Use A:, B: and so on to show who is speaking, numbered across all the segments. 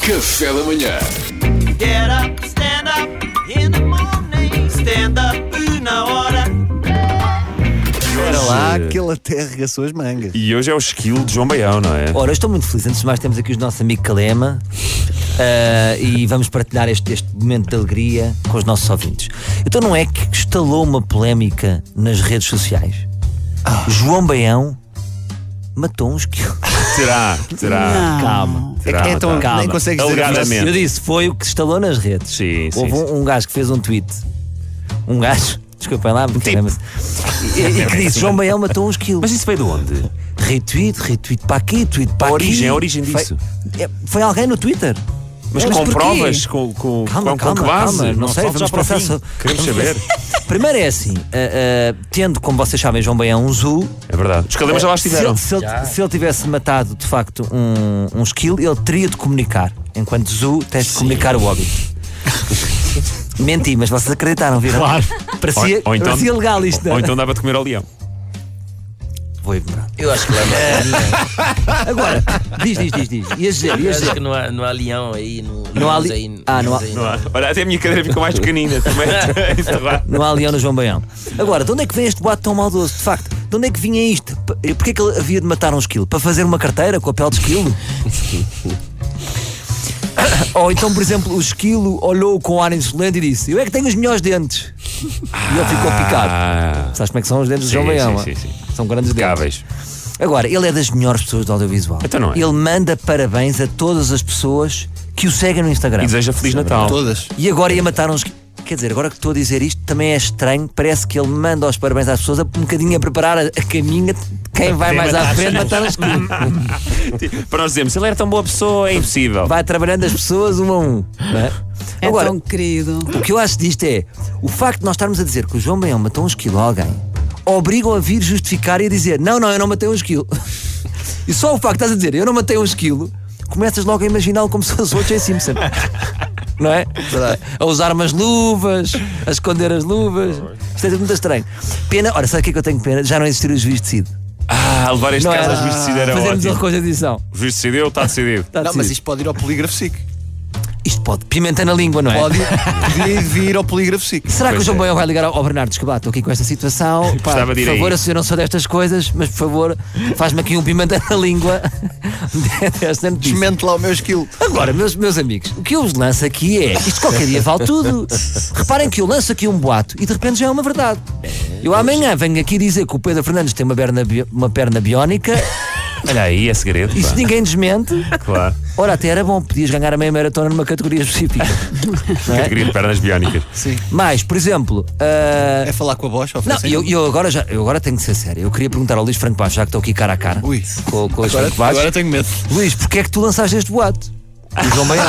A: Café da manhã.
B: Get up, stand up in the morning. Stand up na hora.
C: Para lá que ele até arregaçou as mangas.
D: E hoje é o esquilo de João Baião, não é?
E: Ora, eu estou muito feliz. Antes de mais, temos aqui o nosso amigo Calema ah, e vamos partilhar este, este momento de alegria com os nossos ouvintes. Então, não é que estalou uma polémica nas redes sociais? João Baião matou um esquilo.
D: Terá, terá.
E: Calma.
D: terá
C: É, então,
D: terá.
C: nem consegues dizer a frase.
D: Alegadamente.
E: Eu disse, foi o que se estalou nas redes.
D: assim, Sim, sim,
E: Houve
D: sim.
E: um, um gajo que fez um tweet. Um gajo, desculpem lá, porque caramba-se. e, e que disse: João Baião matou um esquilo.
D: Um tipo. Mas isso veio de onde?
E: Retweet, retweet para aqui, tweet para
D: A
E: aqui.
D: origem, a origem
E: Foi-
D: disso.
E: é, foi alguém no Twitter.
D: Mas
E: Mas
D: com
E: porquê?
D: provas? Com, com, com,
E: Calma,
D: com
E: calma,
D: que base?
E: calma, não sei,
D: salta
E: vamos
D: já para o
E: pensar
D: fim.
E: só-
D: Queremos saber.
E: Primeiro é assim, ah, ah, tendo, como vocês sabem, João Baião um zoo,
D: É verdade. Os cademas já lá
E: se ele,
D: estiveram.
E: se ele- se ele tivesse matado de facto um, um esquilo, ele teria de comunicar. Enquanto zoo, tens de comunicar o óbito. Menti, mas vocês acreditaram, viram? Claro. Parecia,
D: Ou- ou então-
E: parecia legal isto, não
D: Ou
E: era?
D: então dava de comer ao leão.
E: Vou ignorar.
F: Eu acho que lá não
E: Agora, diz, diz, diz, diz. Ias dizer,
F: há,
E: ias
F: acho
E: dizer.
F: que não há, não há leão aí. Não,
E: Não há li-
F: Aí,
E: Ah, não há-
F: aí,
D: Não há? Olha, até a minha cadeira ficou mais pequenina também. é Isso lá.
E: Não há leão no João Baião. Agora, de onde é que vem este boato tão maldoso? De facto, de onde é que vinha isto? P- Porquê é que ele havia de matar um esquilo? Para fazer uma carteira com a pele de esquilo? Ou então, por exemplo, o esquilo olhou com ar insolente e disse: Eu é que tenho os melhores dentes. E ele ficou picado.
D: Ah,
E: Sabes como é que são os dentes do João
D: Sim,
E: Baião?
D: sim,
E: ah?
D: sim, sim.
E: São grandes dentes.
D: impecáveis.
E: Agora, ele é das melhores pessoas do audiovisual.
D: Então não é.
E: Ele manda parabéns a todas as pessoas que o seguem no Instagram.
D: E deseja Feliz Natal.
C: Todas.
E: E agora ia matar uns. Quer dizer, agora que estou a dizer isto, também é estranho. Parece que ele manda os parabéns às pessoas, a- um bocadinho a preparar a, a caminha de quem vai mais à frente matar uns.
D: Para nós dizermos, se ele era tão boa pessoa, é impossível.
E: Vai trabalhando as pessoas um a um. não é?
G: É
E: Agora,
G: tão querido.
E: o que eu acho disto é o facto de nós estarmos a dizer que o João Baião matou um esquilo a alguém, obrigam a vir justificar e a dizer: não, não, eu não matei um esquilo. E só o facto de estás a dizer eu não matei um esquilo, começas logo a imaginá-lo como se fosse o Jay Simpson. Não é? A usar umas luvas, a esconder as luvas. Isto é tudo muito estranho. Pena, ora, sabe o que é que eu tenho pena? Já não existir os juízes de Cid.
D: Ah, levar este
E: Não é?
D: caso
E: era.
D: aos juízes decidiram era
E: Fazermos a
D: ótimo.
E: reconstituição.
D: O juiz decidiu, está decidido.
E: Está
C: Não, mas
E: decidido.
C: isto pode ir ao polígrafo SIC.
E: isto pode. Pimenta na língua, não é?
C: Pode podia vir ao polígrafo SIC.
E: Será que o
D: Pois
E: João
D: é.
E: Baião vai ligar ao ao Bernardo Escobar? Estou aqui com esta situação. Pá,
D: Gostava de
E: por
D: ir
E: favor,
D: aí.
E: eu sei- eu não sou destas coisas, mas por favor, faz-me aqui um pimenta na língua desta notícia.
C: Desmente lá o meu esquilo.
E: Agora, meus, meus amigos, o que eu vos lanço aqui é isto qualquer dia vale tudo. Reparem que eu lanço aqui um boato e de repente já é uma verdade. Eu amanhã venho aqui dizer que o Pedro Fernandes tem uma perna, bio- uma perna biónica
D: Olha aí, é segredo.
E: e se
D: pá.
E: ninguém desmente,
D: Claro.
E: ora, até era bom, podias ganhar a meia maratona numa categoria específica. não é?
D: Categoria de pernas biónicas.
C: Sim.
E: Mas, por exemplo, ah,
C: É falar com a Bosch? assim?
E: Não, eu, eu agora já, eu agora tenho que ser sério. Eu queria perguntar ao Luís Franco Bastos, já que estou aqui cara a cara
C: Ui.
E: com, com o Luís
C: Agora,
E: Franco Bastos.
C: agora tenho medo.
E: Luís, porquê é que tu lançaste este boato? O João Baião.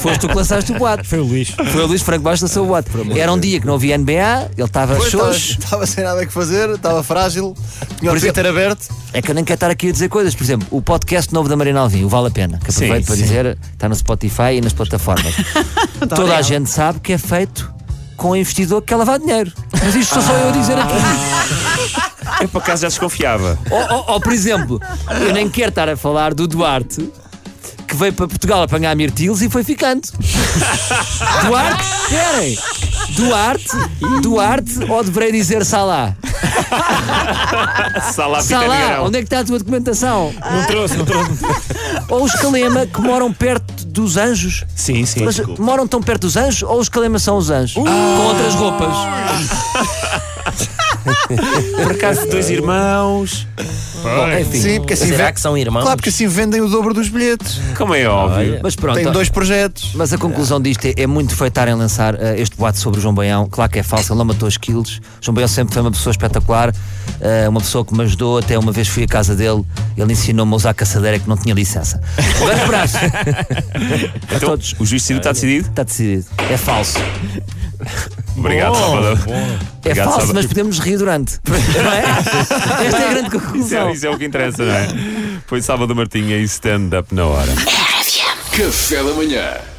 E: Foste tu que lançaste o boato. Foi o Luís. Foi o Luís Franco Bastos lançou o boato. Era um dia que não havia NBA, ele estava
C: Pois, Estava
E: xoxo.
C: estava sem nada que fazer, estava frágil, tinha o
E: Por exemplo-
C: Twitter aberto.
E: É que eu nem quero estar aqui a dizer coisas. Por exemplo, o podcast novo da Marina Alvim, o Vale a Pena, que
D: Sim,
E: aproveito para
D: sim.
E: dizer, está no Spotify e nas plataformas. Toda a gente sabe que é feito com um investidor que quer lavar dinheiro. Mas isto sou só eu a dizer aqui.
D: Eu por acaso já desconfiava.
E: Ou, ou- ou, por exemplo, eu nem quero estar a falar do Duarte que veio para Portugal apanhar mirtilos e foi ficando. Duarte, esperem! Duarte, Duarte, ou deverei dizer Salá?
D: Salá
E: Salá,
D: Pitaneirão.
E: onde é que está a tua documentação?
D: Não trouxe, não trouxe.
E: Ou os Calema que moram perto dos anjos?
D: Sim, sim.
E: Mas moram tão perto dos anjos ou os Calema são os anjos? Com outras roupas.
D: Por acaso, dois
E: eh,
D: irmãos. é,
E: Bom, enfim.
C: Sim, porque assim
F: Será
C: vende-
F: que são irmãos?
C: Claro, porque assim vendem o dobro dos bilhetes.
D: Como é óbvio.
E: Mas pronto. então-
C: Tem dois projetos.
E: Mas a conclusão disto é, é muito feio estarem a lançar eh, este boato sobre o João Baião. Claro que é falso, ele não matou os quilos. João Baião sempre foi uma pessoa espetacular, eh, uma pessoa que me ajudou. Até uma vez fui à casa dele, ele ensinou-me a usar a caçadeira que não tinha licença. Um grande abraço. a
D: Então,
E: todos.
D: o juiz decidiu, está decidido?
E: Está decidido. É falso.
D: Obrigado, Salvador.
E: É
D: Obrigado,
E: falso,
D: Salvador.
E: mas podemos rir durante. Não é? Esta é a grande
D: Isso é,
E: conclusão.
D: isso é o que interessa, não é? Foi Salvador Martinha e stand-up na hora.
A: Café da manhã.